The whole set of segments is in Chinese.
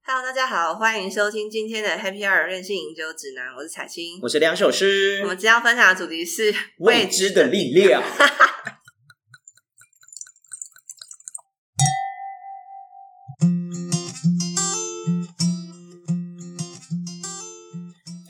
Hello，大家好，欢迎收听今天的 Happy Hour 任性饮酒指南，我是彩青。我是两首诗我，们今天要分享的主题是未知的力量。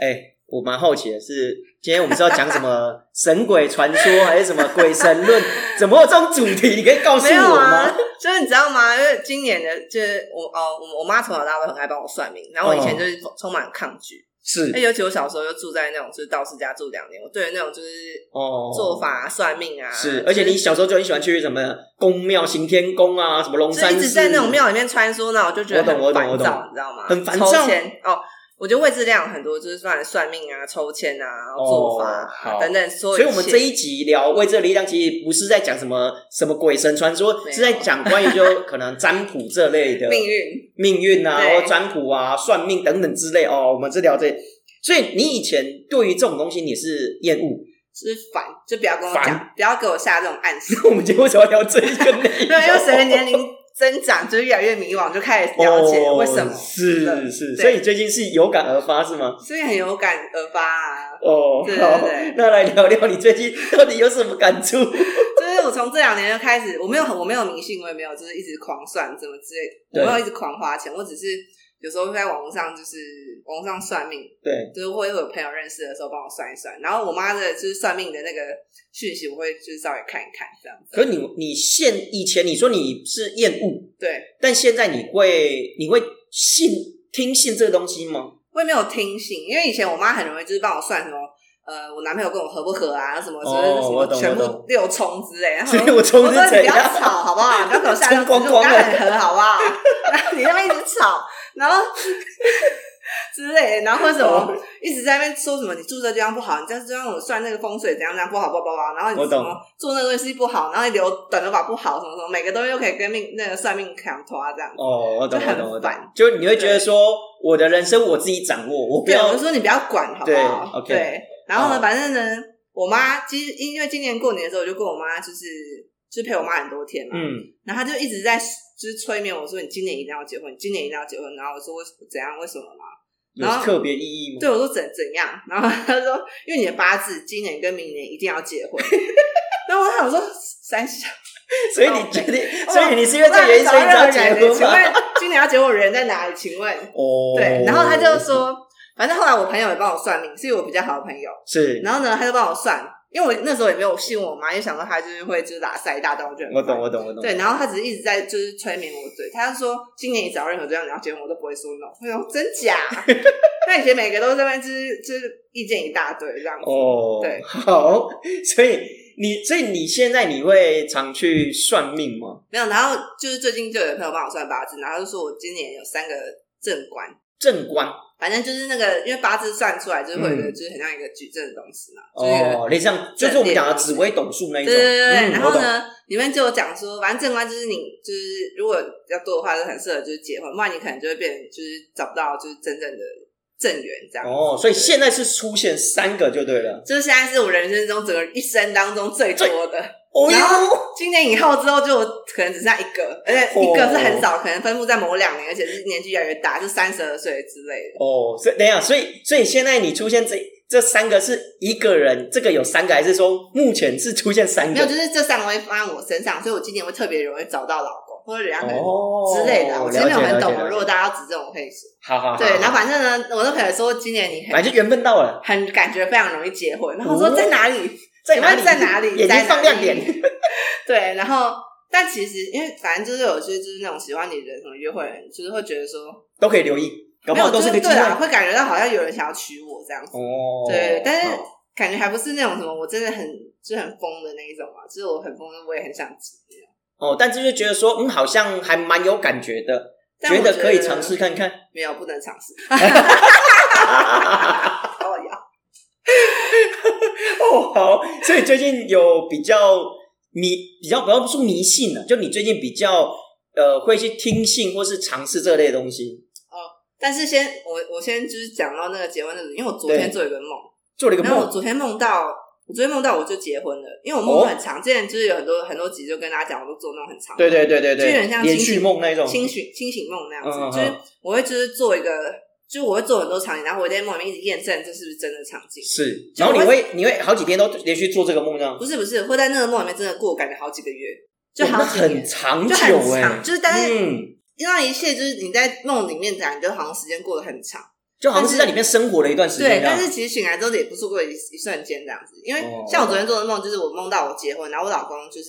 哎、我蛮好奇的是，今天我们是要讲什么神鬼传说，还是什么鬼神论？怎么有这种主题？你可以告诉没有我啊吗？，就是你知道吗？因为今年的，就是我哦，我我妈从小到大都很爱帮我算命，然后我以前就是充满抗拒，是哎、尤其我小时候就住在那种就是道士家住两年，我对那种就是哦，做法、啊、算命啊，是，而且你小时候就很喜欢去什么宫庙、行天宫啊，什么龙就山一直寺，在那种庙里面穿梭，那我就觉得我懂很我懂烦我懂躁，你知道吗？很烦抽躁签哦，我觉得未知量很多，就是算算命啊、抽签啊、然后做法啊、哦好等等，所有所以，我们切这一集聊为这个力量，其实不是在讲什么什么鬼神传说，没有是在讲关于就可能占卜这类的 命运命运啊，对或占卜啊、算命等等之类哦。我们是聊这，所以你以前对于这种东西你是厌恶， 就是烦，就不要跟我烦讲，不要给我下这种暗示。 我们今天为什么要聊这一个内对，容？因为随着年龄增长，就是越来越迷惘，就开始了解为什么，哦、是对对是，所以你最近是有感而发是吗？所以很有感而发啊。哦，对好对对，那来聊聊你最近到底有什么感触？就是我从这两年就开始，我没有很我没有迷信，我也没有就是一直狂算怎么之类，对我没有一直狂花钱，我只是有时候会在网络上就是网络上算命，对，就是会会有朋友认识的时候帮我算一算，然后我妈的就是算命的那个讯息，我会就是稍微看一看这样子。可是你你现以前你说你是厌恶。对，但现在你会你会信听信这个东西吗？我也没有听信，因为以前我妈很容易就是帮我算什么。呃，我男朋友跟我合不合啊？什么什么、哦什我么懂全我部懂六冲之 类，然后 所以我我从说是你怎不要样？吵好不好？你不要给 我下这种冲指数，光我光跟了他很合好不好？然后你那边一直吵，然后之类的，然后或者什哦么一直在那边说什么你住这地方不好，你这地方我算那个风水怎样怎样不好，不好不好不好，然后我你什懂么做那个东西不好，然后你留短头发不好，什么什么，每个东西都可以跟命那个算命扛拖啊这样子。哦，我懂就我很懂我懂烦，就你会觉得说我的人生我自己掌握，我不对，我要就说你不要管，好不好？对，OK 然后呢，哦反正呢，我妈其实因因为今年过年的时候，我就跟我妈就是就陪我妈很多天嘛，嗯然后他就一直在就是催眠我说：“你今年一定要结婚，你今年一定要结婚。”然后我说：“为什怎样？为什么嘛有然后特别意义？”吗？对，我说怎怎样？然后他说：“因为你的八字今年跟明年一定要结婚。” 然后我想说三小， 所以你决定，哦所以你是因为这个原因所以你要要结婚请吗？问今年要结婚的人在哪里？请问哦，对，然后他就说，反正后来我朋友也帮我算命，是我比较好的朋友。是，然后呢，他就帮我算，因为我那时候也没有信我妈，就想说他就是会就是打塞一大刀，我觉得很我懂烦我懂我懂，对，然后他只是一直在就是催眠我嘴，他就说今年你找任何对象你要结婚，我都不会说 no。我说真假？ 那以前每个都在那边就是就是意见一大堆这样子。哦，对好，所以你所以你现在你会常去算命吗？没有，然后就是最近就有朋友帮我算八字，然后他就说我今年有三个正官，正官反正就是那个因为八字算出来就是会有一个、嗯就是很像一个矩阵的东西嘛，就是一个哦，类似像就是我们讲的紫微斗数那一对种，对对对，嗯然我后懂呢，里面就有讲说，反正正官就是你就是如果要多的话，就很适合就是结婚，不然你可能就会变成就是找不到就是真正的正缘这样子。哦，所以现在是出现三个就对了。就是现在是我人生中整个一生当中最多 的。哦然后今年以后之后，就可能只剩下一个，而且哦一个是很少，可能分布在某两年，而且是年纪越来越大，就三十二岁之类的。哦，所以等一下，所以所以现在你出现这这三个是一个人，这个有三个，还是说目前是出现三没有，个就？是这三个会放在我身上，所以我今年会特别容易找到老公，或者人家可能哦之类的啊。我其实没有很懂，了解如果了解大家要指正我可以说。好好好对，然后后反正呢，我都可以说今年你反很正就缘分到了，很感觉非常容易结婚。然后我说哦在哪里？在哪里？请问在哪里眼在哪睛放里亮点。 对，然后但其实因为反正就是有些就是那种喜欢你的人，什么约会的人，就是会觉得说，都可以留意，搞没有，不好就都是个机对会。啦，会感觉到好像有人想要娶我这样子，哦，对，但是好感觉还不是那种什么我真的很就是很疯的那一种嘛，就是我很疯，我也很想结，哦，但是就觉得说，嗯，好像还蛮有感觉的，但我得可以尝试，看看。没有不能尝 试， 哦呀，哦，好，所以最近有比较迷，比较不要说迷信啊了、就你最近比较呃会去听信或是尝试这类东西，但是先我我先就是讲到那个结婚那个，因为我昨天对做一个梦，做了一个然后我梦，昨天梦到我昨天梦到我就结婚了，因为我梦很长，之前就是有很多很多集就跟大家讲，我都做那种很长的对对对对就有点对，像连清续醒梦那种，清醒清醒梦那样子，嗯嗯嗯就是我会就是做一个，就是我会做很多场景，然后我在梦里面一直验证这是不是真的场景。是，就然后你我会你会好几天都连续做这个梦这样，不是不是，会在那个梦里面真的过，感觉好几个月，就哇好那几很年，长就久很哎、长，就是但是嗯，那一切就是你在梦里面讲，你就好像时间过得很长，就好像是在里面生活了一段时对间，这样但。是其实醒来之后也不是过一一瞬间这样子，因为哦像我昨天做的梦，就是我梦到我结婚，然后我老公就是。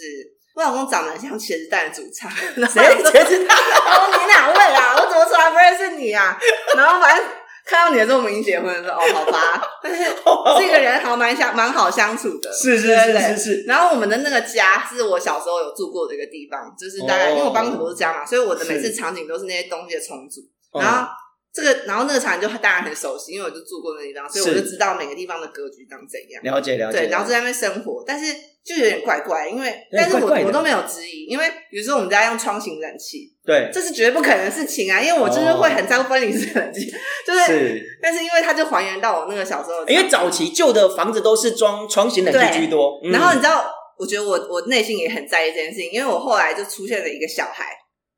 我老公长得很像茄子蛋的主唱，然后谁哎谁知道？哦，你哪位啊？我怎么从来不认识你啊？然后反正看到你的时候，我们已经结婚了，说哦，好吧， 啊 这个人好蛮相蛮好相处的。是是对是对是是，然后我们的那个家是我小时候有住过的一个地方，就是大概、哦因为我帮很多家嘛，所以我的每次是场景都是那些东西的重组。嗯然后这个，然后那个场景就当然很熟悉，因为我就住过那地方，所以我是就知道每个地方的格局长怎样。了解了解。对，然后就在那边生活，但是就有点怪怪，因为有但点是我怪怪的我都没有质疑，因为比如说我们家用窗型冷气，对这是绝对不可能的事情啊！因为我就是会很在乎分离式冷 气，就是，哦是，但是因为它就还原到我那个小时候的，因为早期旧的房子都是装窗型冷气居多，嗯然后你知道，我觉得我我内心也很在意这件事情，因为我后来就出现了一个小孩，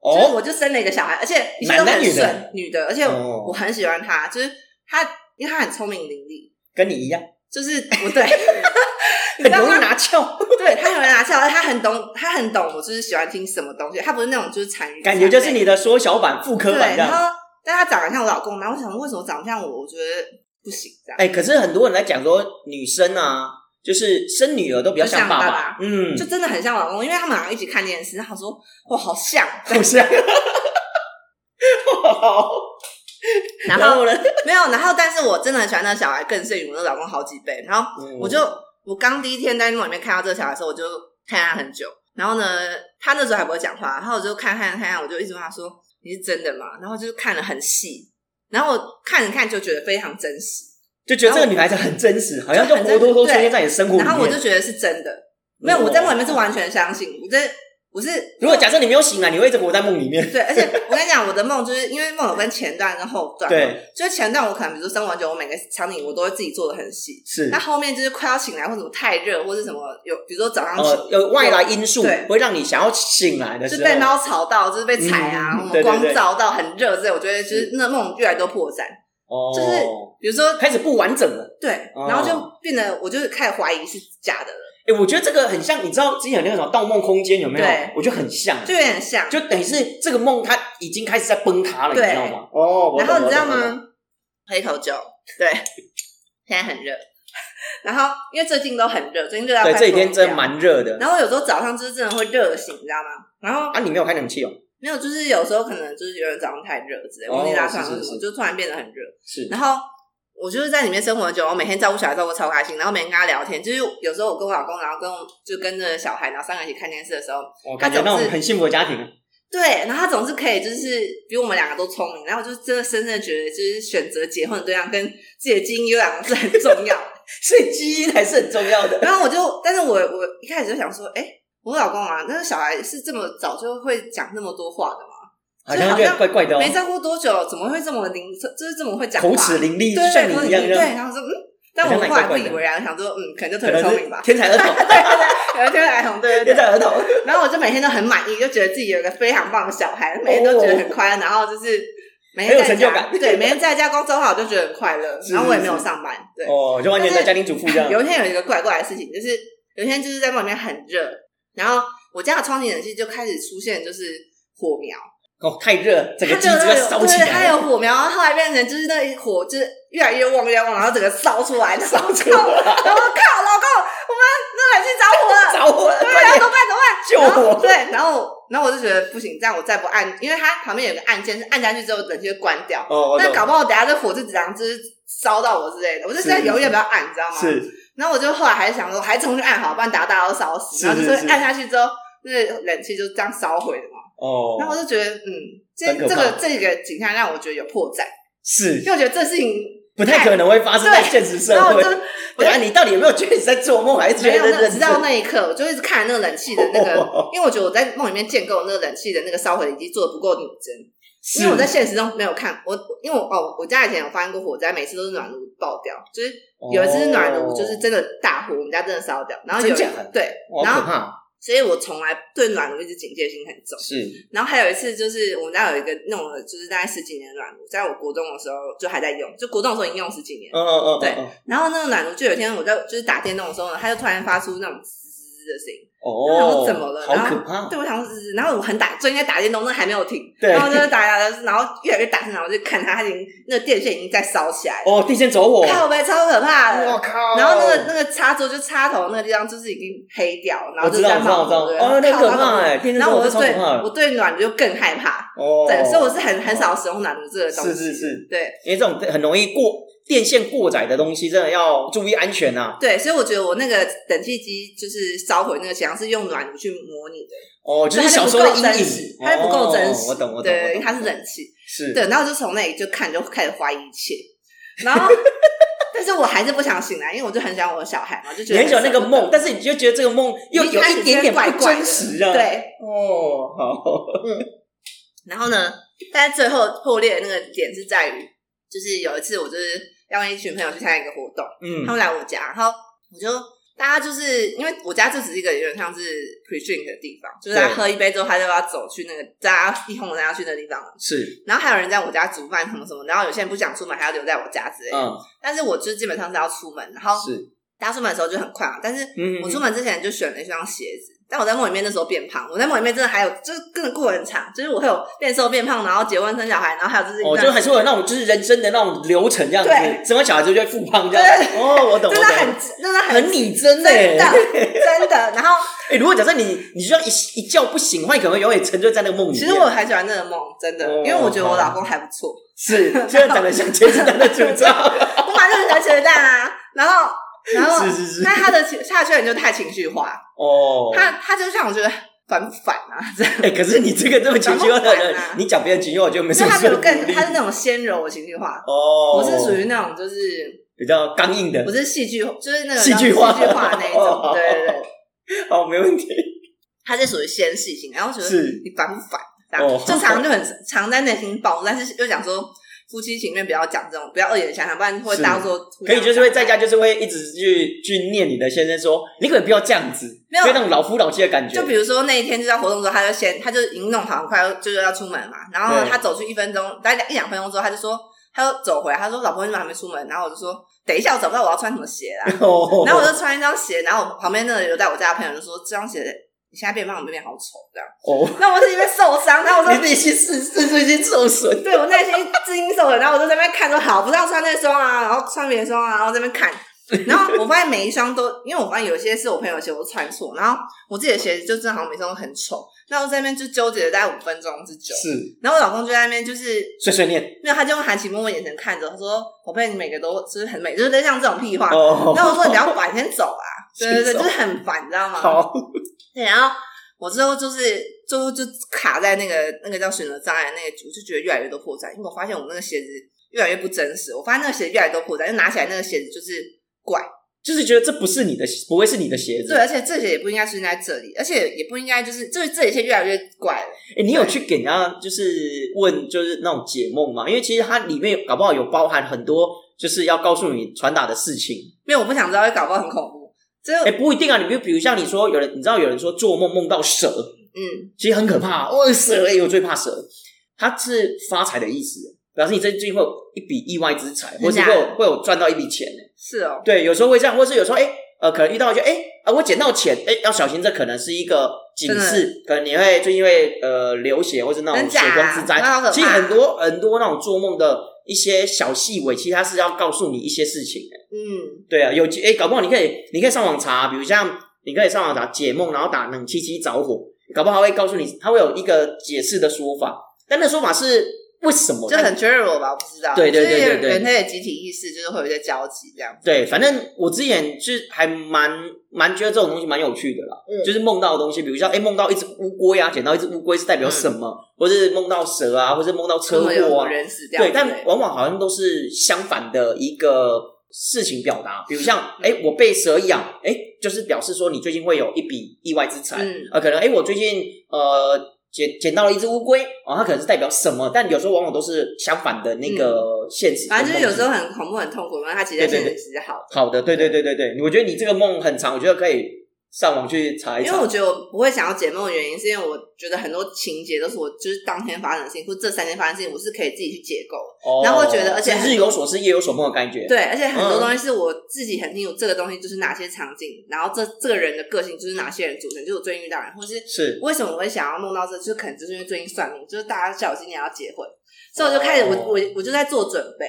就是哦我就生了一个小孩，而且一切都男很的女的顺，女的，而且哦我很喜欢她，就是她，因为她很聪明伶俐，跟你一样，就是我对很容你易知道拿翘，对她很会拿翘，而且她很懂，她很懂我就是喜欢听什么东西，她不是那种就是产于 感觉就是谄媚你的缩小版、复刻版对，这然样。后但她长得像我老公，然后我想为什么长得像我，我觉得不行这样。哎，可是很多人来讲说，女生啊，就是生女儿都比较像就像爸爸爸，嗯，就真的很像我老公，因为他们好像一起看电视，然后我说哇好像， 好像。好然然后后呢？没有，然后但是我真的很喜欢那个小孩，更胜于我的老公好几倍。然后我就我刚第一天在梦里面看到这个小孩的时候，我就看他很久。然后呢，他那时候还不会讲话，然后我就看看看看，我就一直问他说你是真的吗？然后就是看了很细，然后我看了看就觉得非常真实，就觉得这个女孩子很真实，好像就活脱脱出现在你生活里面。哦然后我就觉得是真的。没有，我在梦里面是哇完全相信，我这我是如果假设你没有醒来，你会一直活在梦里面。对，而且我跟你讲，我的梦就是因为梦有分前段跟后段，，对，就是前段我可能比如说生完酒，我每个场景我都会自己做的很细，是那。后面就是快要醒来或什么太热或是什么有，比如说早上起、呃，有外来因素对会让你想要醒来的时就候，是被猫吵到，就是被踩啊，嗯或对对者光对照到很热之类，我觉得就是那梦越来越多破绽，哦，就是比如说开始不完整了。对，哦然后就变得我就是开始怀疑是假的了，哎，我觉得这个很像，你知道之前有那个什么《盗梦空间》有没有对？我觉得很像，就有点像。就等于是这个梦它已经开始在崩塌了，你对知道吗？哦，我懂然后你知道？我懂我懂吗？黑头酒，对， 现在很热。 然后因为最近都很热，最近热到对，快这几天疯真掉的蛮热的。然后有时候早上就是真的会热醒，你知道吗？然后啊，你没有开冷气哦？没有，就是有时候可能就是有人早上太热之类，忘记哦拉床是或是什么，是就突然变得很热。是，然后我就是在里面生活很久，我每天照顾小孩照顾超开心，然后每天跟他聊天，就是有时候我跟我老公，然后跟我就跟着小孩，然后三个人一起看电视的时候，我感觉那他总种是很幸福的家庭。啊对，然后他总是可以就是比我们两个都聪明，然后我就真的深深的觉得，就是选择结婚的对象跟自己的基因优良是很重要。所以基因还是很重要的。然后我就，但是我我一开始就想说，哎、我老公啊，那个小孩是这么早就会讲那么多话的吗？ 好就像好觉得像怪怪的哦，没照顾多久，怎么会这么灵，就是这么会讲话？口齿伶俐，对就像对，口齿你一伶�俐样这对。样，然后说嗯，但好我像后来不蛮怪怪的以为然，想说嗯，可能就特可别能聪是明吧，天才儿童， 可能特别儿童，哎对对对。天才儿童。然后我就每天都很满意，就觉得自己有一个非常棒的小孩，每天都觉得很快乐，然后就是每天哦很有在成就家，感对，每天在家工作好就觉得很快乐， 是然后我也没是有是上班，对。哦，就完全在家庭主妇这样。有一天有一个怪怪的事情，就是有一天就是在外面很热，然后我家的窗帘冷气就开始出现就是火苗，哦，太热，整个它机子有要烧起对，它来了。有 火苗，然后后来变成就是那一火就是越来越旺越来越旺，然后整个烧出来，烧出来然后我靠，老公，我们那冷气着火了，着火了，对快啊，点怎么办？怎么办？救然后我！对，然后然后我就觉得不行，这样我再不按，因为它旁边有个按键，是按下去之后冷气就关掉。哦，我那懂。搞不好等下这火就只能就是烧到我之类的，我就在犹豫要不要按，你知道吗？是然后我就后来还是想说，还重新按好，不然打大家都烧死。是然后就是是按下去之后，那个冷气就这样烧毁了嘛。然后我哦，就觉得，嗯，这很可这怕个这个景象让我觉得有破绽，是因为我觉得这事情，不太可能会发生在对现实社然后我会就。 哎对啊，你到底有没有觉得你在做梦，还是觉没有得那认直真到那一刻，我就一直看那个冷气的那 哦个，因为我觉得我在梦里面建构那个冷气的那个烧毁已经做的不够拟真，是因为我在现实中没有看我，因为我哦，我家以前有发生过火灾，每次都是暖炉爆掉，就是有一次是暖炉，哦就是真的大火，我们家真的烧掉，然后有一真假的对，哇然哦好可后怕，所以我从来对暖炉一直警戒心很重。是然后还有一次就是我们家有一个弄了，就是大概十几年的暖炉，在我国中的时候就还在用，就国中的时候已经用十几年了。嗯嗯嗯，嗯对嗯然后那个暖炉就有一天我在就是打电动的时候呢，它就突然发出那种滋滋滋的声音，然后我想说哦，怎么了好然后可怕，对，我想说滋滋，然后我很打，最近在打电动，那还没有停，对然后就是打打打，然后越来越大声，然后我就看它，它已经那个电线已经在烧起来了， 哦，地震走火，靠呗，超可怕的。我靠，然后那个那个插座就插头那个地方就是已经黑掉，然后我就是知道在我知道我冒知道，火，对然哦后，那靠可它怕哎，地震然后走我火就超对可怕我的，对暖就更害怕，哦，对，所以我是很很少使用暖炉这个东西，是是是，对因为这种很容易过电线过载的东西，真的要注意安全啊呐。对，所以我觉得我那个冷气机就是烧毁那个墙是用暖炉去模拟的，哦，就所以是它小就时不候够的阴真影实，它就不够真哦实我懂我懂，我对，因懂为它是冷气，是，对，然后我就从那里就看，就开始怀疑一切，然后， 但是我还是不想醒来，因为我就很喜欢我的小孩嘛，就觉得你很喜欢那舍个不得梦，但是你就觉得这个梦又有开始一点觉得点怪不怪的真实啊。，对，哦，好，然后呢，但是最后破裂的那个点是在于，就是有一次我就是要跟一群朋友去参加一个活动，他嗯，们来我家，然后我就大家就是因为我家就只是一个有点像是 pre drink 的地方，就是大家对喝一杯之后，他就要走去那个大家一哄人要去那地方了。是，然后还有人在我家煮饭什么什么，然后有些人不想出门，还要留在我家之类的。嗯，但是我就是基本上是要出门，然后是，大家出门的时候就很快嘛。但是嗯，我出门之前就选了一双鞋子，但我在梦里面那时候变胖，我在梦里面真的还有就是跟着过得很长，就是我会有变瘦变胖，然后结婚生小孩，然后还有就是哦，就很是有那种就是人生的那种流程这样对子，生完小孩之后就会复胖这样子。哦，我懂，我真懂的，很真的很很拟真的 真欸。的真的。然后哎，如果假设你你就要一一觉不醒的话，你可能永远沉醉在那个梦里其面。实我很喜欢那个梦，真的，哦因为我觉得我老公还不错，是虽然长得像茄子蛋的主 照，我本来就很喜欢茄蛋啊。然后，然后，是是是但，他的情他的缺点就太情绪化，哦，他他就让我觉得烦不烦啊？ 这样，哎，可是你这个这么情绪化的怎么人管啊，你讲别人情绪化，我觉得没什就么他没说有更服力。他是那种纤柔的情绪化，哦，我是属于那种就是比较刚硬的我，是戏剧就是那个戏剧化戏剧化的那一种，哦对对对， 哦，没问题。他是属于纤细型，然后觉得是你烦不烦？这样哦就常常就很常在内心暴怒，但是又想说夫妻情面不要讲这种，不要恶言相向，不然会是当做可以就是会在家就是会一直去去念你的先生说，你可能不要这样子，没有就那种老夫老妻的感觉。就比如说那一天就在活动之后，他就先他就已经弄好，很快要就是要出门嘛。然后对他走去一分钟，大概一两分钟之后，他就说他又走回来，他说老婆你怎么还没出门？然后我就说等一下，我找不到我要穿什么鞋啦。 哦，然后我就穿一双鞋，然后我旁边那个留在我家的朋友就说这双鞋你现在变胖，你变好丑这样。哦，那我是因为受伤，然后我你说。内心是是最近受损。对我内心自因受了，然后我就在那边看说好，不是要穿那双啊，然后穿别的双啊，然后在那边看，然后我发现每一双都，因为我发现有些是我朋友的鞋我都穿错，然后我自己的鞋就真的好像每双都很丑，那我在那边就纠结了大概五分钟之久，是然后我老公就在那边就是碎碎念没有，他就用含情脉脉眼神看着，他说我被你每个都就是很美，就是在像这种屁话，哦。然后我说你不要管，你先走啊，对对对，先走就是很烦，你知道吗？好，对，然后我之后就是最后就卡在那个那个叫选择障碍的那个，我就觉得越来越多破绽，因为我发现我那个鞋子越来越不真实，我发现那个鞋子越来越多破绽，就拿起来那个鞋子就是怪，就是觉得这不是你的，不会是你的鞋子。对，而且这些也不应该出现在这里，而且也不应该就是这这一切越来越怪了，哎，你有去给人家就是问就是那种解梦吗？因为其实它里面搞不好有包含很多就是要告诉你传达的事情。因为我不想知道会搞不好很恐怖，这哎、不一定啊，你比如比如像你说有人，你知道有人说做梦梦到蛇，嗯其实很可怕。哦，蛇，哎，我最怕蛇，它是发财的意思，表示你最近会有一笔意外之财，或是真假会的有会有赚到一笔钱。是哦，对，有时候会这样，或是有时候哎、呃，可能遇到就哎、啊，我捡到钱，哎、要小心，这可能是一个警示，可能你会最近会呃流血，或是那真种血假啊光之灾。那好可怕其实很多很多那种做梦的一些小细微，其实它是要告诉你一些事情。嗯对啊，有哎、搞不好你可以，你可以上网查，比如像你可以上网查解梦，然后打冷七七着火，搞不好会告诉你，它会有一个解释的说法，但那说法是为什么？就但很 general 吧，我不知道，对对对对对就是人类的集体意识就是会有一些交集这样，对，反正我之前是还蛮蛮觉得这种东西蛮有趣的啦，嗯就是梦到的东西，比如像哎梦到一只乌龟啊，捡到一只乌龟是代表什么，或是梦到蛇啊，或是梦到车会嗯有祸啊，人死掉，对，但往往好像都是相反的一个事情表达，比如像嗯哎、诶我被蛇咬，哎、就是表示说你最近会有一笔意外之财，嗯啊，可能哎、诶我最近呃捡捡到了一只乌龟，哦，它可能是代表什么？但有时候往往都是相反的那个现实嗯跟反正东西。就是有时候很恐怖、很痛苦，然后他其实在对对现对实其实好。好的，对对对对对，我觉得你这个梦很长，我觉得可以上网去查一因查。为我觉得我不会想要解梦的原因，是因为我觉得很多情节都是我就是当天发生的事情，或者这三天发生的事情，我是可以自己去解构的。哦然后会觉得而且是日有所思，夜有所梦的感觉。对，而且很多嗯东西是我自己很清楚，这个东西就是哪些场景，然后这这个人的个性就是哪些人组成，就是我最近遇到的人，或是是为什么我会想要弄到这，就是可能就是因为最近算命，就是大家叫我今年要结婚，所以我就开始我哦我我就在做准备，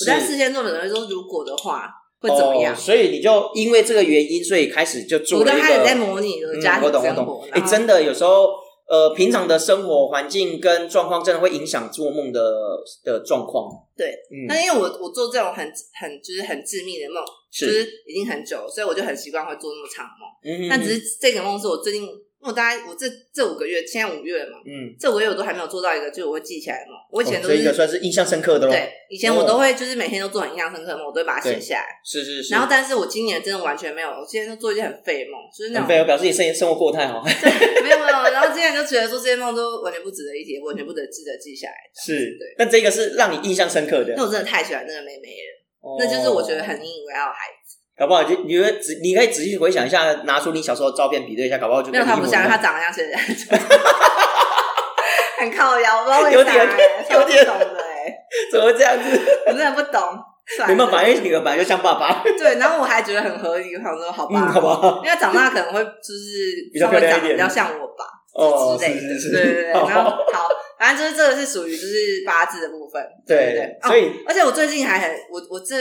我在事先做准备，说如果的话会怎么样哦？所以你就因为这个原因，所以开始就做我了都一个。开始在模拟我的家嗯、我庭懂我生懂活，。哎、然后真的有时候呃，平常的生活环境跟状况真的会影响做梦的的状况。对，嗯，，那因为我我做这种很很就是很致命的梦，就是是已经很久了，所以我就很习惯会做那么长的梦。嗯，但只是这个梦是我最近，因为我大概我这这五个月，现在五月了嘛，嗯，这五个月我都还没有做到一个，就是我会记起来的梦。我我以前都这一是、个算是哦印象深刻的咯。对，以前我都会就是每天都做很印象深刻的梦，我都会把它写对下来。是嗯是是。然后，但是我今年真的完全没有，我今天都做一些很废的梦，就是那很种废，我表示你生生活过得太好。 没有没有。然后今年就觉得说这些梦都完全不值得一提，完全不得值得记下来。是对，但这个是让你印象深刻的因为，我真的太喜欢那个妹妹了，哦那就是我觉得很引以为傲的孩子。搞不好就你会仔，你可以仔细回想一下，拿出你小时候的照片比对一下，搞不好就没有跟你她一不模一像， 样她长得像谁？ 很靠腰，我不知道为啥、有点欸， 有点超不懂的哎、怎么会这样 子？我真的不懂，算了没办法，因为女儿本来就像爸爸，嗯对，然后我还觉得很合理，我想说好吧，嗯，好不好？因为长大可能会就是比较稍漂微长亮得一点比较像我吧哦，之类是的，是是，哦对对对。好然后好，反正就是这个是属于就是八字的部分，对对，所以、哦、以而且我最近还很我我这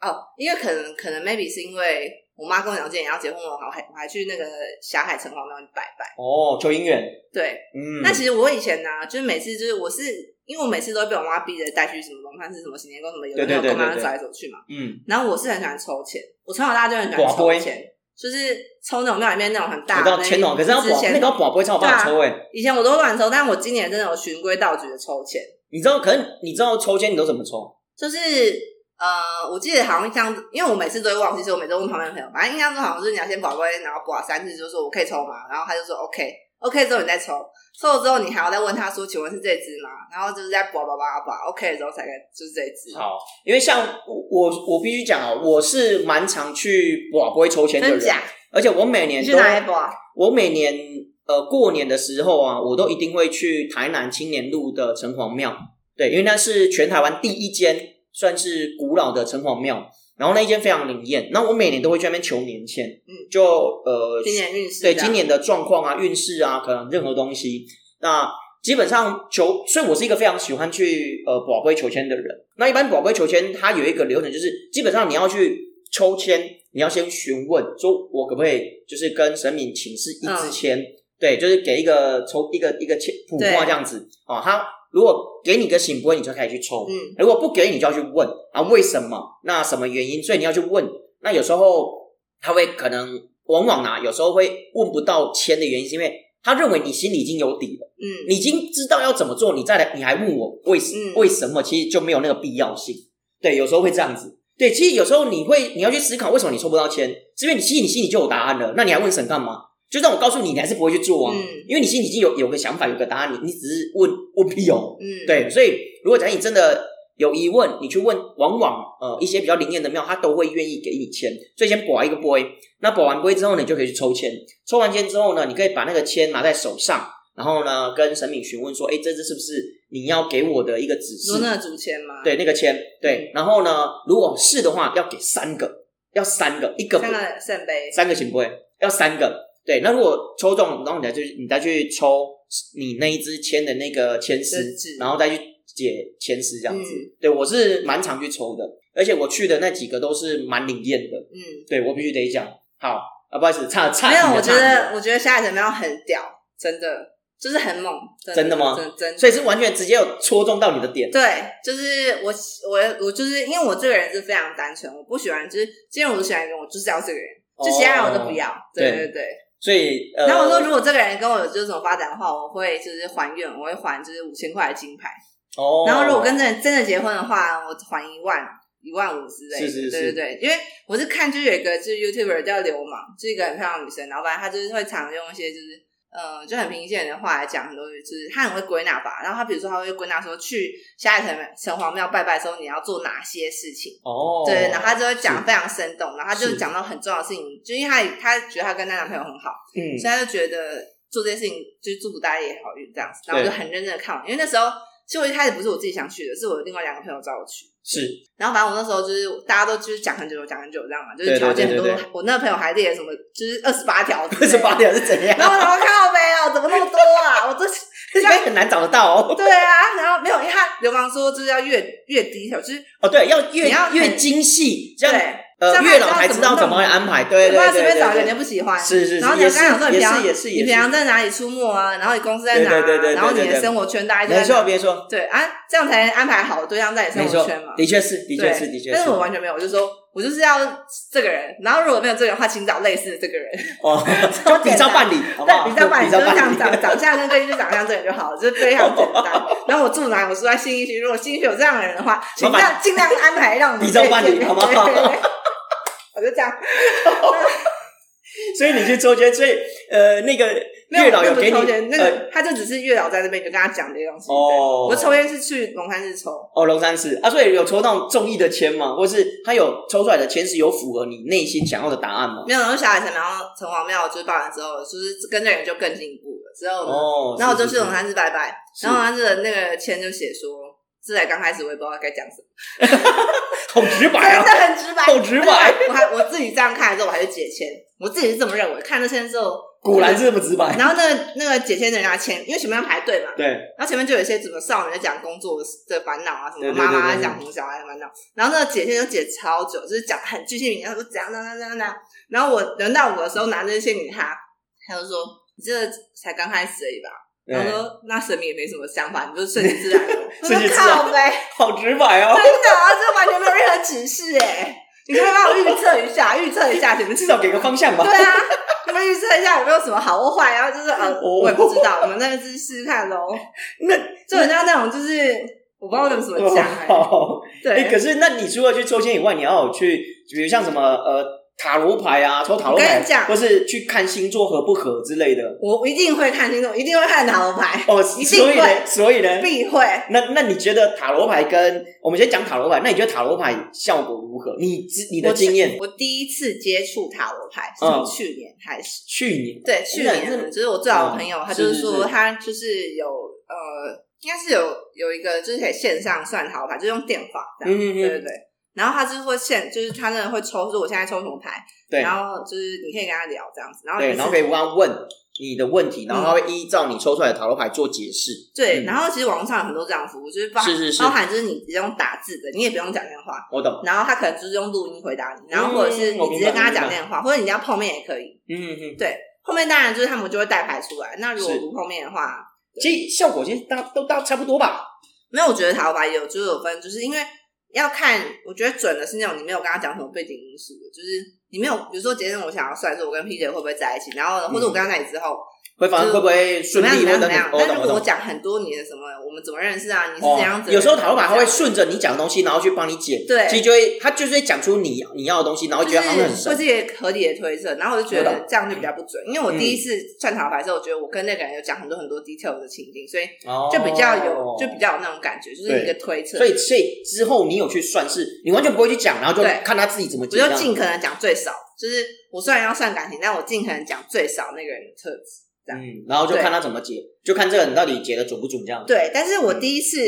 哦，因为可能可能 maybe 是因为我妈跟我讲今年要结婚了，我还我还去那个霞海城隍庙去拜拜。哦，求姻缘，对，嗯，那其实我以前呢、啊就是每次就是我是因为我每次都会被我妈逼着带去什么龙山寺、什么行天宫、什么有的没有对对对宫，然后对对走来走去嘛。嗯，然后我是很喜欢抽签，我从小到大就很喜欢刮抽杯钱，就是抽那种庙里面那种很大我的到那签哦，可是要纸保钱那个要保不会超我啊爸抽哎，以前我都乱抽，但我今年真的有循规蹈矩的抽签，你知道，可能你知道抽签你都怎么抽？就是呃，我记得好像像，因为我每次都会忘记，所以我每次问旁边的朋友，反正印象中好像是你要先保龟，然后保三次，就说我可以抽吗？然后他就说 OK。OK 之后你再抽，抽了之后你还要再问他说，请问是这只吗？然后就是在保保保保 OK 的时候才该就是这只。好，因为像我我我必须讲哦，我是蛮常去保不会抽签的真人，假？而且我每你年去都哪里保？我每年呃过年的时候啊，我都一定会去台南青年路的城隍庙，对，因为那是全台湾第一间算是古老的城隍庙，然后那一间非常灵验，那我每年都会去那边求年签，嗯就呃今年运势对这样今年的状况啊、运势啊，可能任何东西，那基本上求，所以我是一个非常喜欢去呃宝龟求签的人。那一般宝龟求签，它有一个流程，就是基本上你要去抽签，你要先询问，说我可不可以就是跟神明请示一支签，嗯对，就是给一个抽一个一个签卜对卦这样子哦。他如果给你个醒波，你就可以去抽，嗯，如果不给你，就要去问啊，为什么？那什么原因？所以你要去问。那有时候他会可能往往啊，有时候会问不到签的原因，是因为他认为你心里已经有底了，嗯你已经知道要怎么做，你再来你还问我为什、嗯为什么？其实就没有那个必要性。对，有时候会这样子。对，其实有时候你会你要去思考为什么你抽不到签，是因为你其实你心里就有答案了，那你还问神干嘛？就算我告诉你，你还是不会去做啊，嗯因为你心里已经有有个想法，有个答案，你你只是问问屁哦。嗯，对，所以如果假如你真的有疑问，你去问，往往呃一些比较灵验的庙，他都会愿意给你签。所以先保一个杯，那保完杯之后呢，你就可以去抽签。抽完签之后呢，你可以把那个签拿在手上，然后呢跟神明询问说，哎，这只是不是你要给我的一个指你说示？那个竹签吗？，对，那个签，对。然后呢，如果是的话，要给三个，要三个，一个不像那个圣杯，三个行不会，要三个。对，那如果抽中，然后你再去，你再去抽你那一支签的那个签的师纸，然后再去解签师这样子。嗯对我是蛮常去抽的，而且我去的那几个都是蛮灵验的。嗯。对我必须得讲，好啊，不好意思，差差没题有，了我觉差得我觉得下海神庙很屌，真的就是很猛，真的吗真真题了所以是完全直接有戳中到你的点。对，就是我我我就是因为我这个人是非常单纯，我不喜欢就是今天我喜欢一个人，我就是要这个人，就其他人我都不要。对对对对。所以呃，然后我说，如果这个人跟我有这种发展的话，我会就是还愿，我会还就是五千块的金牌。哦，然后如果跟真的真的结婚的话，我还一万。一万五之类的，是是是对对对，因为我是看就有一个就是 YouTuber 叫流氓，是一个很漂亮的女生，然后反正她就是会常用一些就是呃，就很平易近人的话来讲，很多就是他很会归纳吧。然后他比如说他会归纳说，去下一城城隍庙拜拜的时候，你要做哪些事情。哦，对，然后他就会是讲非常生动，然后他就是讲到很重要的事情，就因为他也他觉得他跟他男朋友很好，嗯所以他就觉得做这些事情就是祝福大家也好运这样子。然后我就对很认真的看完，因为那时候其实我一开始不是我自己想去的，是我另外两个朋友找我去。是 然后反正我那时候就是大家都就是讲很久讲很久这样嘛，就对对是条件很多。对对对我那个朋友还列什么就是二十八条之类的，二十 八点是怎样？然后我想说靠没有，怎么那么多啊？我这应该很难找得到哦。对啊，然后没有，因为他流氓说就是要越越低调，就是哦，对，要越你要很越精细，这样对，这呃样越老才知知道道怎怎么么会安排。对不对然对随对便找一个人对家不喜欢。是是是，然后你也要是跟他讲说你也平常是也是你也平常是，在哪里出没啊？然后你公司在哪、对对对对啊？对然后你对对的生活圈大概没在错哪？没错对啊，这样才能安排好对象在你没生活错圈嘛，。的确是的确对是的确但是是哦我。完全没有，我就说我就是要这个人，然后如果没有这个人的话，请找类似的这个人，哦，超就比简照单办理， 好不好？啊 对，比较慢，比就照是这办样啊理。长 长相跟根据长相这个就好了，就是非常简单。然后我住哪，我住在信义区，如果信义区有这样的人的话，麻尽烦量尽量安排让你比照办理可以见面好不好对对对 我就这样，所以你去抽签，所以呃，那个没有月老有那不给你是抽签那呃个他就只是月老在那边，你就跟他讲这些东西。对哦，我抽烟是去龙山寺抽，哦，龙山寺啊，所以有抽到中意的签吗？或是他有抽出来的签是有符合你内心想要的答案吗？没有，然后小海城，然后城隍庙，就是拜完之后，就是跟那个人就更进一步了。之后呢，哦，然后我就是去龙山寺拜拜，是然后他的那个签就写说，自来刚开始我也不知道该讲什么。好直 真白啊的，很直白，好 直白。我还我自己这样看的时候，我还是解签，我自己是这么认为。看这签之后，果然是这么直白。然后那个那个解签的人拿签，因为前面要排队嘛，对，然后前面就有一些什么少女在讲工作的烦恼啊，什对么对对妈妈对对在讲什么小孩的烦恼，然后那个解签就解超久，就是讲很具体明，他说怎样怎样怎样怎样，然后我轮到我的时候拿那些给他，他就说你这才刚开始而已吧。然后对说：“那神明也没什么想法，你就顺其自然了。”我 顺其说自然靠呗，好直白哦。真的啊，这完全没有任何指示哎、你可以帮我预测一下，预测一下你们至少给个方向吧。对啊，你们预测一下有没有什么好或坏，然后就是呃，我也不知道，我们那就试试看喽。哦 那就很像那种就是我不知道怎么怎 么讲哎、好，哎，可对。是那你除了去抽签以外，你要有去，比如像什么呃塔罗牌啊，抽塔我罗牌跟你，讲或是去看星座合不合之类的。我一定会看清楚，一定会看塔罗 牌，哦，一定所以呢，会所以呢，必会。那那你觉得塔罗牌跟我们先讲塔罗牌，那你觉得塔罗牌效果如何？你知你的经验？我第一次接触塔罗牌是嗯从去年开始，去年对，去那年那就是我最好的朋友，嗯他就是是是说是他就是有呃，应该是有有一个就是可以线上算塔罗牌，就是用电话这样，嗯嗯嗯对对对。然后他就是会现，就是他真的会抽，就是我现在抽什么牌，对，然后就是你可以跟他聊这样子，然后嗯对，一然次后可以问他问你的问题，然后他会依照你抽出来的塔罗牌做解释。对，嗯然后其实网络上有很多这样的服务，就是包是是是包含就是你直接用打字的，你也不用讲电话，我懂，然后他可能就是用录音回答你，然嗯后或者是我你直明白接跟他我明白讲电话，或者你要碰面也可以，嗯嗯嗯，对，后面当然就是他们就会带牌出来，那如果是不碰面的话，其实效果其实大都大差不多吧。没有，我觉得塔罗牌也有就是有分，就是因为要看，我觉得准的是那种你没有跟他讲什么背景因素的，就是你没有，比如说今天我想要算说我跟 P 姐会不会在一起，然后呢嗯或者我跟他在一起之后、会发就会不会怎顺么样利怎么样怎或者等么样，我但懂如我果我懂。讲很多你的什么，我们怎么认识啊，你是哦怎样子、有时候塔罗牌它会顺着你讲的东西，然后去帮你解，对其实就会它就是会讲出你你要的东西，然后就觉得好像很是会神，自己合理的推测，然后我就觉我懂嗯得这样就比较不准，因为我第一次算塔罗牌的时候，我觉得我跟那个人有讲很多很多 detail 的情境，所以哦就比较有就比较有那种感觉，就是一个推测所。以所以之后你有去算是，你完全不会去讲，然后就对看他自己怎么我解这就样。尽可能讲最少，就是我虽然要算感情，但我尽可能讲最少那个人的特质。嗯，然后就对看他怎么解，就看这个人到底解的准不准这样。对，但是我嗯第一次、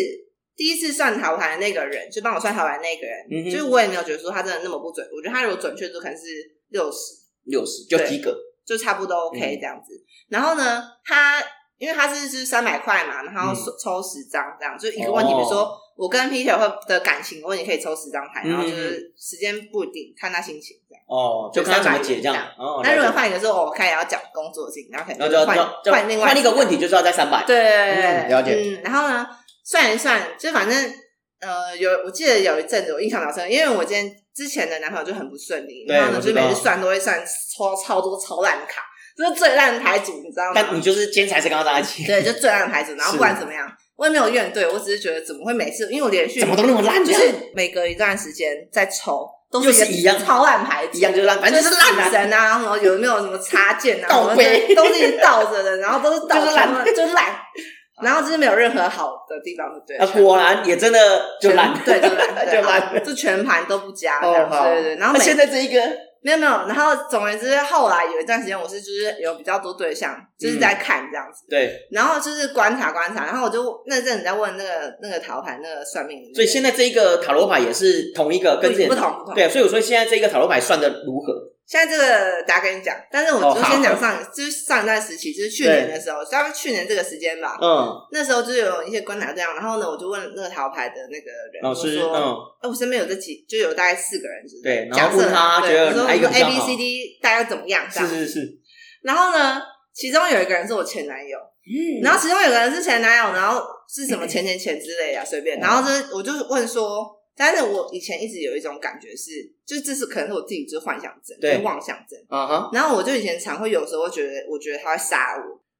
第一次算塔罗牌的那个人，就帮我算塔罗牌的那个人，嗯哼就是我也没有觉得说他真的那么不准，我觉得他如果准确度可能是六十，六十就对及格，就差不多嗯 OK 这样子。然后呢，他因为他是是三百块嘛，然后嗯抽抽十张这样，就一个问题，哦嗯比如说我跟 Peter 会的感情问题可以抽十张牌，然后就是时间不一定，看他心情这样。哦，就看他怎么解这样。哦，那如果了解换一个说，哦，我开始要讲工作的事情，然后可然能后就要换就要换另外换一个问题，就是要在三百。对，嗯了解嗯，然后呢，算一算，就反正呃，有我记得有一阵子我印象老深，因为我今天之前的男朋友就很不顺利，对然后呢，我就知道每次算都会算超超多超烂的卡，就是最烂的牌组，你知道但你吗？就是今天才是跟他在一起，对，就最烂的牌组。然后不是管怎么样，我也没有怨怼，我只是觉得怎么会每次，因为我连续怎么都那么烂这就样。是每隔一段时间再抽，都是又是一样超烂牌子，一样就是烂，反正就就是是烂烂啊。神啊，然后有没有什么插件啊，倒然后杯都是一直倒着的，然后都是倒就是烂全部就是烂，然后就是没有任何好的地方，对啊，，果然也真的就全烂，对，就 烂，就烂。对，就全盘都不加，这哦，样好。对对对，然后那每现在这一个，没有没有，然后总而言之，后来有一段时间我是就是有比较多对象，就是在嗯看这样子，对，然后就是观察观察，然后我就那阵子在问那个那个塔罗牌那个算命的那个，所以现在这一个塔罗牌也是同一个，跟之前不同不同，对，所以我说现在这一个塔罗牌算的如何？现在这个大家跟你讲，但是我哦就好先讲上，就是上一段时期，就是去年的时候，大概去年这个时间吧，嗯，那时候就有一些观察这样，然后呢，我就问那个桃牌的那个人，老我师，说，哎、嗯，我身边有这几，就有大概四个人，就是对然后假设问他对觉得我说哪一个我比说 A 较好 B C D 大概怎么样这是样，是是，然后呢，其中有一个人是我前男友，嗯然后其中有个人是前男友，然后是什么前前前之类啊，随哦便。然后就是我就是问说，但是我以前一直有一种感觉是，就是这是可能是我自己就是幻想症，对就是妄想症。啊哈，然后我就以前常会有时候觉得，我觉得他会杀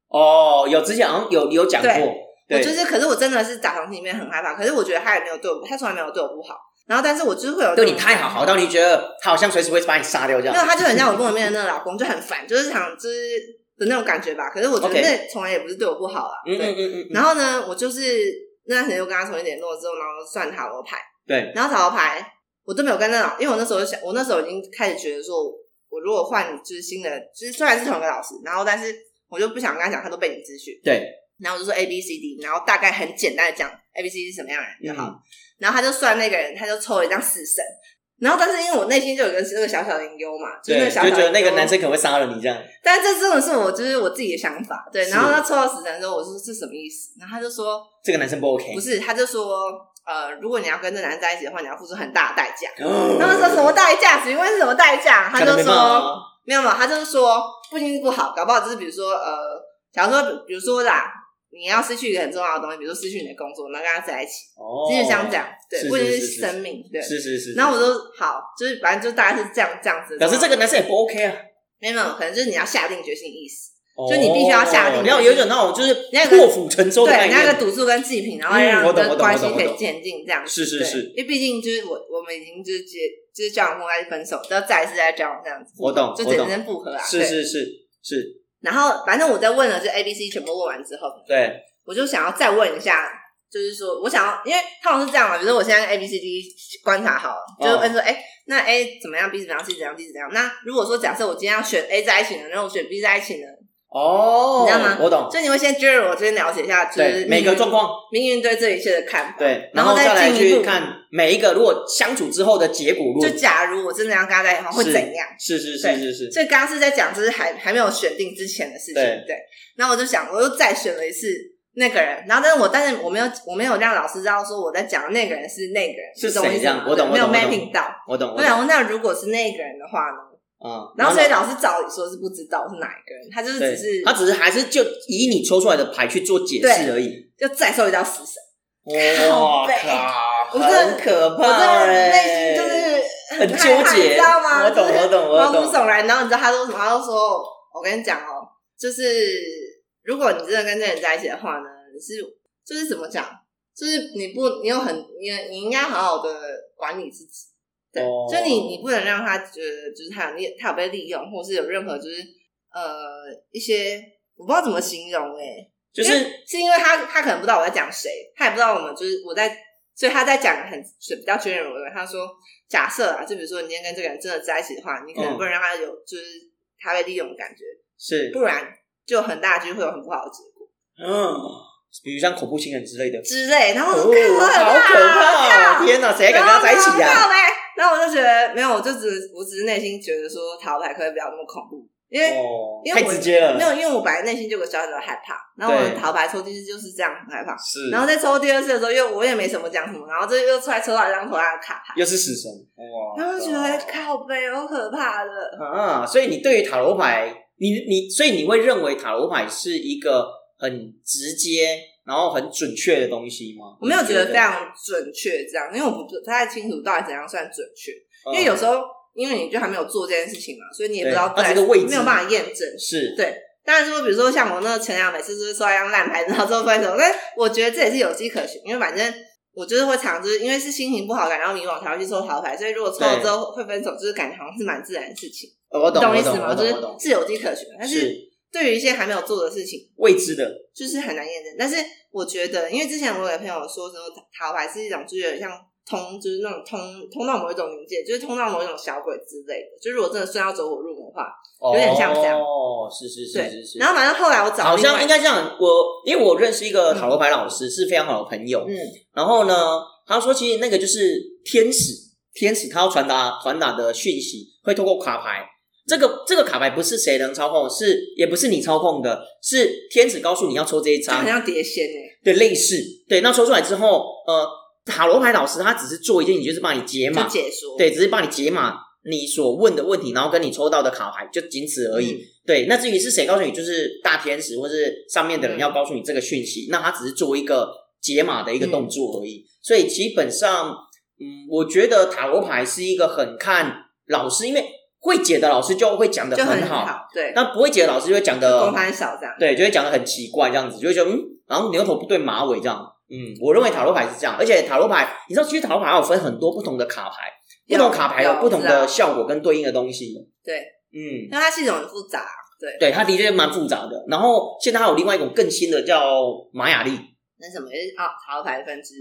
我，哦，有之前好像有有讲过对，我对，就是，可是我真的是打从心里面很害怕，可是我觉得他也没有对我，他从来没有对我不好。然后，但是我就是会有对这种你太好，好到你觉得他好像随时会把你杀掉这没有，样。他就很像我跟我妹的那个老公，就很 烦，就是想就是的那种感觉吧。可是我觉得 OK 那从来也不是对我不好啦，嗯对。嗯嗯嗯嗯，然后呢，我就是那段时间又跟他重新联络之后，然后算塔罗牌，对，然后塔罗牌我都没有跟那老，因为我那时候就想，我那时候已经开始觉得说，我如果换就是新的，就是虽然是同一个老师，然后但是我就不想跟他讲，他都被你咨询，对，然后我就说 A B C D，然后大概很简单的讲 A B C D 是什么样的人就好，然后他就算那个人，他就抽了一张死神。然后，但是因为我内心就有一个那个小小的隐忧嘛，就是那个对，就小小的觉得那个隐忧男生可能会杀了你这样。但这真的是我，就是我自己的想法，对。是然后他抽到死神之后，我说是什么意思？然后他就说这个男生不 OK，不是，他就说呃，如果你要跟这男生在一起的话，你要付出很大的代价。哦然后说什么代价？请问是什么代价？他就可能没办说法啊没有没有，他就是说不一定是不好，搞不好就是比如说呃，假如说比如说啦，你要失去一个很重要的东西，比如说失去你的工作，然后跟他在一起，哦，就是像这样，是对，是不一定是是是生命，对。是是是。然后我就好，就是反正就大概是这样这样子。表示这个男生也不 OK 啊，没有没有，可能就是你要下定决心的意思。哦就你必须要下定你要有一种那种就是那个破釜沉舟的对，概你那个念。赌注跟祭品，然后嗯让我你懂我的懂关我系懂可我以懂渐进这样。是是对是因为毕竟就是我我们已经就是结就是交往过，还是分手，然后再一次再交往这样子，我懂就我懂整身复合啊。是对。是是是，然后反正我在问了，就 A、B、C 全部问完之后，对，我就想要再问一下，就是说我想要，因为通常是这样嘛，比如说我现在 A、B、C、D 观察好了，哦就问说，哎、那 A 怎么样，B 怎么样，C 怎么样，D 怎么样？那如果说假设我今天要选 A 在一起呢，然后我选 B 在一起呢，哦，你知道吗我懂，所以你会先 j u 我先了解一下，就对是每命个运状况，命运对这一切的看法。对，然然后后再再来进一去步看每一个，如果相处之后的结果就论，假如我真的要跟他在一起的话，会是怎样？是是是对是是，所以刚刚是在讲，就是还还没有选定之前的事情。对对，然后我就想，我又再选了一次那个人，然后但是我但是我没有我没有让老师知道说我在讲的那个人是那个人是你懂我谁意思这样吗我懂对没有我懂我懂 mapping 到。我懂，我懂，想问，那如果是那个人的话呢？嗯，啊然后所以老师找理说是不知道是哪一个人，他就是对只是他只是还是就以你抽出来的牌去做解释对而已。就再受一道死神，哇靠背靠，我真的很可我真怕的欸，内心就是 很很害纠怕结，你知道吗我懂，就是我懂，我毛骨懂。悚然。然后你知道他说什么？他就说：“我跟你讲哦，就是如果你真的跟这个人在一起的话呢，你是就是怎么讲？就是你不，你有很你你应该好好的管理自己，对，哦就你你不能让他觉得就是他有利，他有被利用，或是有任何就是呃一些我不知道怎么形容哎、就因是为是因为他他可能不知道我在讲谁，他也不知道我们就是我在，所以他在讲很是比较确认我的。他说假设啊，就比如说你今天跟这个人真的在一起的话，你可能嗯不能让他有、就是他被利用的感觉，是，不然就很大机会有很不好的结果嗯，比如像恐怖情人之类的，之类。然后我哦，说、看好可怕哦！天哪，谁还敢跟他在一起啊然呀？后呢然后我就觉得没有，我就只我只是内心觉得说塔罗牌可不可以不要那么恐怖，因为。哦因为太我直接了，没有，因为我本来内心就有个小小的害怕，然后我对的桃牌抽进去就是这样，很害怕。是然后再抽第二次的时候，又我也没什么讲什么，然后这又出来抽到一张头大的卡牌，又是死神，哇然后就觉哦得靠背好可怕的。啊，所以你对于塔罗牌，你你所以你会认为塔罗牌是一个很直接，然后很准确的东西吗？我没有觉得非这样，常准确这样，因为我不不太清楚到底怎样算准确，嗯因为有时候因为你就还没有做这件事情嘛，所以你也不知道对它在只是未知没有办法验证。嗯是对，当然说比如说像我那个前两每次就是抽到一张烂牌，然后之后分手，但我觉得这也是有迹可循，因为反正我就是会常就是因为是心情不好感到迷惘才会去抽桃牌，所以如果抽了之后会分手，就是感觉好像是蛮自然的事情，呃我你懂，懂我我意思懂，吗？我就懂，是我懂，自由基可循，但是是对于一些还没有做的事情，未知的，就是很难验证。但是我觉得，因为之前我有个朋友说，什么塔牌是一种，就是有点像通，就是那种通通到某一种临界，就是通到某一种小鬼之类的。就如果真的顺到走火入魔的话，有点像这样哦，是是是对是是。然后反正后来我找好另像外应该这样，我因为我认识一个塔罗牌老师，是非常好的朋友。嗯然后呢，他说其实那个就是天使，天使他要传达传达的讯息会透过卡牌。这个这个卡牌不是谁能操控，是也不是你操控的，是天使告诉你要抽这一就很张，像碟仙哎、对，类似对。那抽出来之后，呃，塔罗牌老师他只是做一件，你就是帮你解就码，解说对，只是帮你解码你所问的问题，然后跟你抽到的卡牌就仅此而已。嗯对，那至于是谁告诉你，就是大天使或是上面的人嗯要告诉你这个讯息，那他只是做一个解码嗯的一个动作而已。所以基本上，嗯，我觉得塔罗牌是一个很看老师，因为会解的老师就会讲的嗯就很很，对，那不会解的老师就会讲的公摊少这样。对，就会讲的很奇怪这样子，就会觉得嗯，然后牛头不对马尾这样。嗯，我认为塔罗牌是这样，而且塔罗牌，你知道，其实塔罗牌还有分很多不同的卡牌，不有同卡牌有有不同我知道的效果跟对应的东西。对，嗯，因为它系统很复杂，对，它的确蛮复杂的。然后现在还有另外一种更新的叫玛雅历，那什么就是哦，塔罗牌的分支，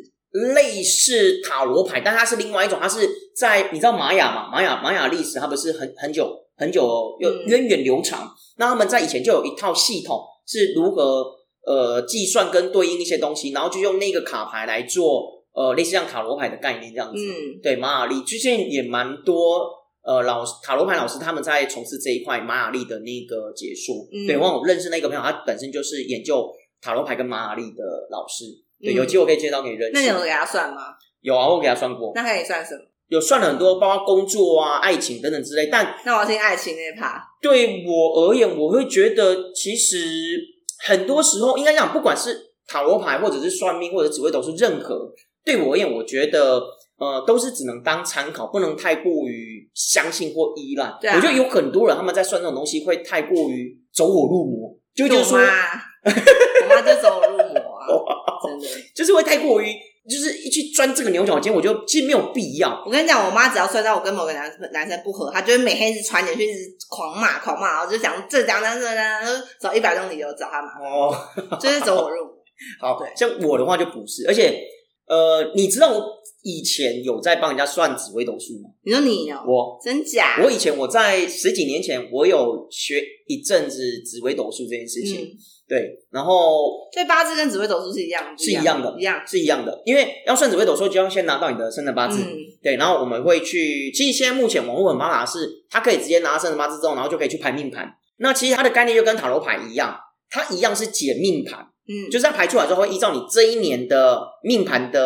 类似塔罗牌，但它是另外一种，它是在你知道玛雅嘛？玛雅玛雅历史它不是很很久很久有嗯源远流长，那他们在以前就有一套系统是如何呃计算跟对应一些东西，然后就用那个卡牌来做呃类似像塔罗牌的概念这样子。嗯，对玛雅历最近也蛮多呃老师塔罗牌老师他们在从事这一块玛雅历的那个解说。嗯对，我有认识那个朋友，他本身就是研究塔罗牌跟玛雅历的老师。对，嗯有机会可以介绍给你认识。那你有给他算吗？有啊，我给他算过，那可以算什么？有算了很多，包括工作啊、爱情等等之类。但那我要听爱情那一趴，对我而言，我会觉得其实很多时候，应该讲，不管是塔罗牌，或者是算命，或者紫微斗数，任何对我而言，我觉得呃，都是只能当参考，不能太过于相信或依赖。对啊我觉得有很多人他们在算这种东西，会太过于走火入魔，就会觉得我说，妈，我妈就走火入魔 啊，真的。就是会太过于。就是一去钻这个牛角尖，我觉得其实没有必要。我跟你讲，我妈只要算到我跟某个男男生不合，她就会每天一直传简讯，一直狂骂狂骂，然后就讲这讲那那那，那找一百种理由找她麻哦，烦，就是走火入魔。 好对，像我的话就不是，而且呃，你知道我以前有在帮人家算紫微斗数吗？你说你哦，我真假？我以前我在十几年前，我有学一阵子紫微斗数这件事情，嗯，对，然后所以八字跟紫微斗数是一样，是一样的一样。是一样的，因为要算紫微斗数，就要先拿到你的生辰八字，嗯，对，然后我们会去，其实现在目前网络很发达，是它可以直接拿生辰八字之后，然后就可以去排命盘。那其实它的概念就跟塔罗牌一样，它一样是解命盘。嗯，就是它排出来之后，会依照你这一年的命盘的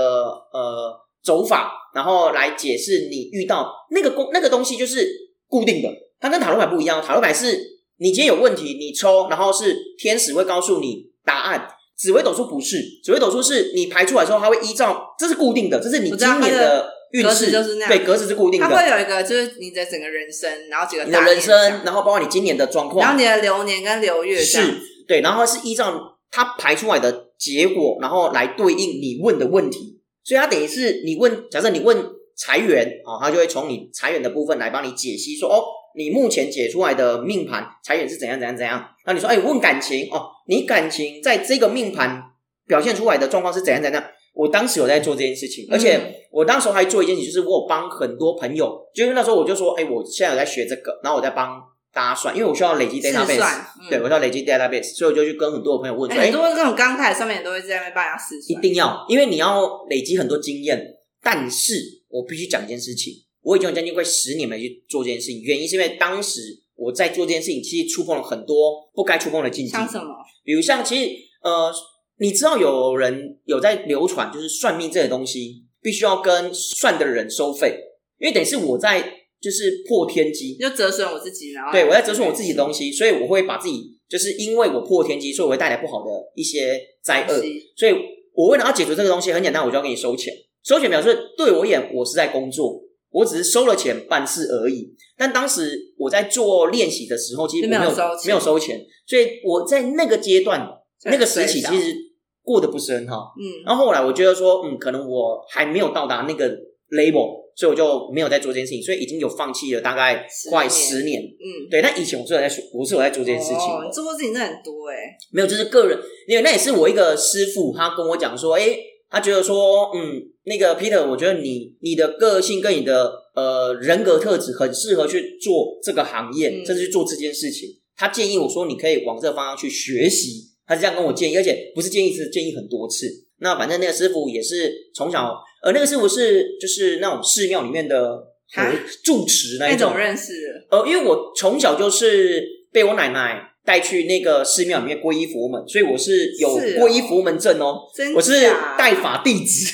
呃走法，然后来解释你遇到那个公那个东西就是固定的，它跟塔罗牌不一样。塔罗牌是你今天有问题，你抽，然后是天使会告诉你答案。紫微斗数不是，紫微斗数是你排出来之后，它会依照这是固定的，这是你我知道今年它的的运格势子就是那样对，格子是固定它的，会有一个，就是你的整个人生，然后几个你大的人面生，向然后包括你今年的状况，然后你的流年跟流月这样是，对，然后是依照它排出来的结果，然后来对应你问的问题，所以它等于是你问，假设你问裁员哦，它就会从你裁员的部分来帮你解析说，哦，你目前解出来的命盘裁员是怎样怎样怎样。那你说，哎，问感情哦，你感情在这个命盘表现出来的状况是怎样怎样。我当时有在做这件事情，而且嗯我当时候还做一件事情，就是我有帮很多朋友，就是那时候我就说，哎、我现在有在学这个，然后我在帮大家算，因为我需要累积试 database，算，嗯对，我要累积 database，所以我就去跟很多的朋友问说，哎哎、很多这种刚开始上面都会在那边帮人家试一算，定要，因为你要累积很多经验。但是我必须讲一件事情，我已经有将近快十年没去做这件事情，原因是因为当时我在做这件事情，其实触碰了很多不该触碰的禁忌，像什么？比如像其实呃，你知道有人有在流传，就是算命这些东西必须要跟算的人收费，因为等于是我在就是破天机，就折损我自己，然后对，我在折损我自己的东西，所以我会把自己，就是因为我破天机，所以我会带来不好的一些灾东厄。西嗯所以我为了要解决这个东西，很简单，我就要给你收钱。收钱表示对我而言，我是在工作，我只是收了钱办事而已。但当时我在做练习的时候，其实就我没没有有收钱没有收钱，所以我在那个阶段、那个时期，所以其实过得不是很好。嗯，然后后来我觉得说，嗯，可能我还没有到达那个 label，所以我就没有在做这件事情，所以已经有放弃了大概十快年十年。嗯，对，但以前我是有在说，我是有在做这件事情哦的，你做过事情真的很多哎，没有，就是个人，因为那也是我一个师傅，他跟我讲说，诶，他觉得说，嗯，那个 Peter，我觉得你你的个性跟你的呃人格特质很适合去做这个行业，嗯甚至去做这件事情。他建议我说，你可以往这方向去学习，他是这样跟我建议，而且不是建议一次，建议很多次。那反正那个师傅也是从小，呃，那个师傅是就是那种寺庙里面的啊住持那一那种种认识了，呃，因为我从小就是被我奶奶带去那个寺庙里面皈依佛门，所以我是有是哦皈依佛门证哦。真我是假带，法弟子，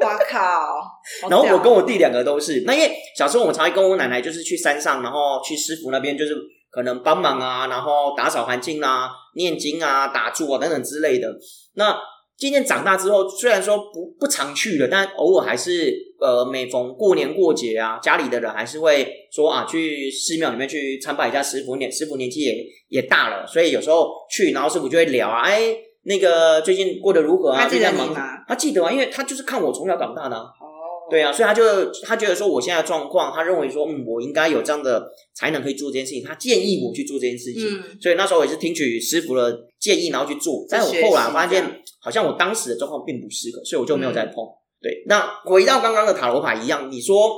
哇靠，好然后屌我跟我弟两个都是。那因为小时候我常常跟我奶奶就是去山上，然后去师傅那边就是可能帮忙啊，然后打扫环境啊、念经啊、打坐啊等等之类的。那渐渐长大之后，虽然说不不常去了，但偶尔还是呃，每逢过年过节啊，家里的人还是会说啊，去寺庙里面去参拜一下师傅年，啊师傅年纪也也大了，所以有时候去，然后师傅就会聊啊，哎，那个最近过得如何啊？他记得最近在忙你吗？他记得啊，因为他就是看我从小长大的、啊，哦，对啊，所以他就他觉得说我现在的状况，他认为说嗯，我应该有这样的才能可以做这件事情，他建议我去做这件事情。嗯，所以那时候我也是听取师傅的建议，然后去做。但我学习后来发这现，好像我当时的状况并不适合，所以我就没有嗯再碰。对，那回到刚刚的塔罗牌一样，你说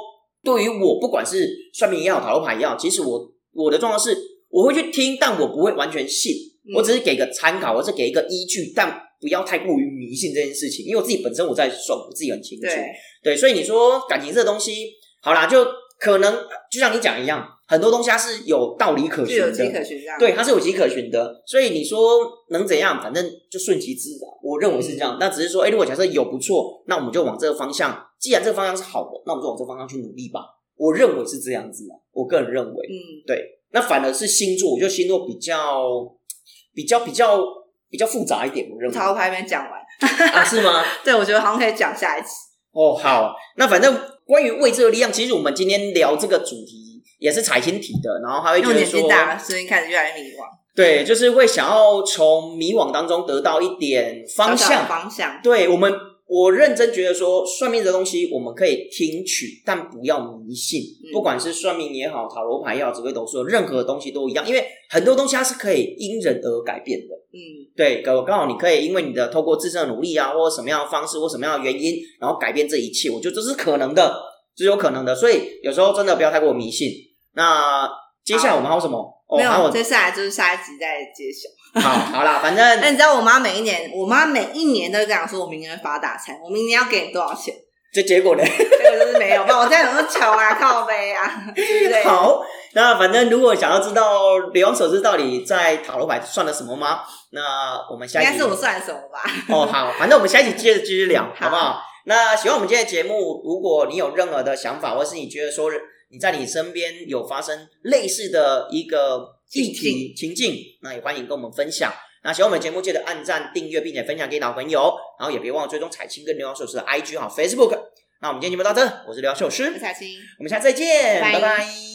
对于我，不管是算命也好，塔罗牌也好，其实我我的状况是，我会去听，但我不会完全信，嗯我只是给个参考，我是给一个依据，但不要太过于迷信这件事情，因为我自己本身我在算，我自己很清楚。嗯对，对，所以你说感情这东西，好啦，就可能呃就像你讲一样，很多东西它是有道理可就循的，有迹可循这样，对，它是有迹可循的。所以你说能怎样？反正就顺其自然，我认为是这样。那只是说，哎，如果假设有不错，那我们就往这个方向。既然这个方向是好的，那我们就往这个方向去努力吧。我认为是这样子啊，我个人认为。嗯，那反而是星座，我觉得星座比较、比较、比较、比较复杂一点，我认为塔罗牌没讲完，啊，是吗？对我觉得好像可以讲下一期，哦，好，那反正关于未知的力量，其实我们今天聊这个主题也是彩星提的，然后还会因为我觉得年纪说，大了，所以开始越来越迷惘，对，就是会想要从迷惘当中得到一点小方小向的。方向，对我们，我认真觉得说，算命这东西我们可以听取，但不要迷信。嗯不管是算命也好，塔罗牌也好，紫微斗数，任何东西都一样，因为很多东西它是可以因人而改变的。嗯，对，刚刚好你可以因为你的透过自身的努力啊，或者什么样的方式，或什么样的原因，然后改变这一切，我觉得这是可能的，这是有可能的。所以有时候真的不要太过迷信。那接下来我们还有什么？哦，没还有，接下来就是下一集再揭晓。 好好啦，反正那你知道我妈每一年，我妈每一年都跟我说，我明年会发大财，我明年要给你多少钱？这结果呢？结果就是没有，不然我在想说穷啊，靠背啊之类的。好，那反正如果想要知道刘洋手指到底在塔罗牌算了什么吗？那我们下应一该集是我算什么吧？ 哦，好，反正我们下一集接着继续聊，好好不好？那喜欢我们今天的节目，如果你有任何的想法，或是你觉得说你在你身边有发生类似的一个议题情境，那也欢迎跟我们分享。那喜欢我们的节目，记得按赞、订阅，并且分享给你的好朋友，然后也别忘了追踪彩青跟刘洋寿司的 IG 好 Facebook。那我们今天节目到这，我是刘洋寿司，彩青。我们下次再见，拜拜拜